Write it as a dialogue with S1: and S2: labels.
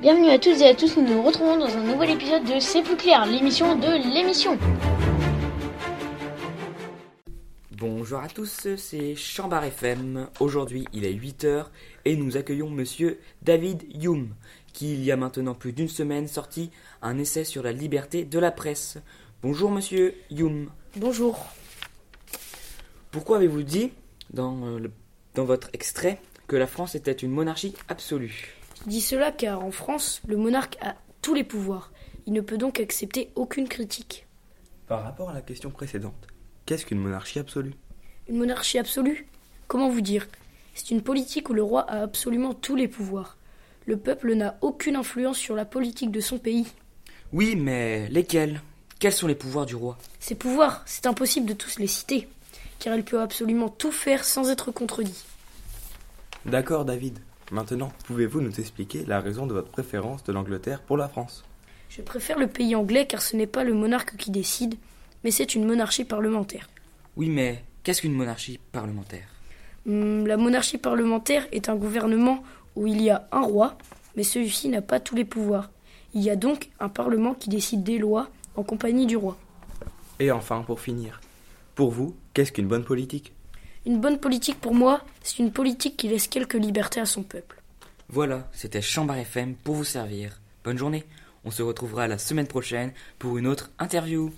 S1: Bienvenue à toutes et à tous, nous nous retrouvons dans un nouvel épisode de C'est plus clair, l'émission de l'émission.
S2: Bonjour à tous, c'est Chambar FM. Aujourd'hui, il est 8h et nous accueillons monsieur David Hume, qui il y a maintenant plus d'une semaine sortit un essai sur la liberté de la presse. Bonjour monsieur Hume.
S3: Bonjour.
S2: Pourquoi avez-vous dit dans, euh, le- dans votre extrait que la France était une monarchie absolue
S3: Je dis cela car en France, le monarque a tous les pouvoirs. Il ne peut donc accepter aucune critique.
S4: Par rapport à la question précédente, qu'est-ce qu'une monarchie absolue
S3: Une monarchie absolue Comment vous dire C'est une politique où le roi a absolument tous les pouvoirs. Le peuple n'a aucune influence sur la politique de son pays.
S2: Oui, mais lesquels Quels sont les pouvoirs du roi
S3: Ses pouvoirs, c'est impossible de tous les citer, car il peut absolument tout faire sans être contredit.
S4: D'accord David. Maintenant, pouvez-vous nous expliquer la raison de votre préférence de l'Angleterre pour la France
S3: Je préfère le pays anglais car ce n'est pas le monarque qui décide, mais c'est une monarchie parlementaire.
S2: Oui, mais qu'est-ce qu'une monarchie parlementaire
S3: Hmm, La monarchie parlementaire est un gouvernement où il y a un roi, mais celui-ci n'a pas tous les pouvoirs. Il y a donc un parlement qui décide des lois en compagnie du roi.
S4: Et enfin, pour finir, pour vous, qu'est-ce qu'une bonne politique
S3: Une bonne politique pour moi, c'est une politique qui laisse quelques libertés à son peuple.
S2: Voilà, c'était Chambar FM pour vous servir. Bonne journée. On se retrouvera la semaine prochaine pour une autre interview.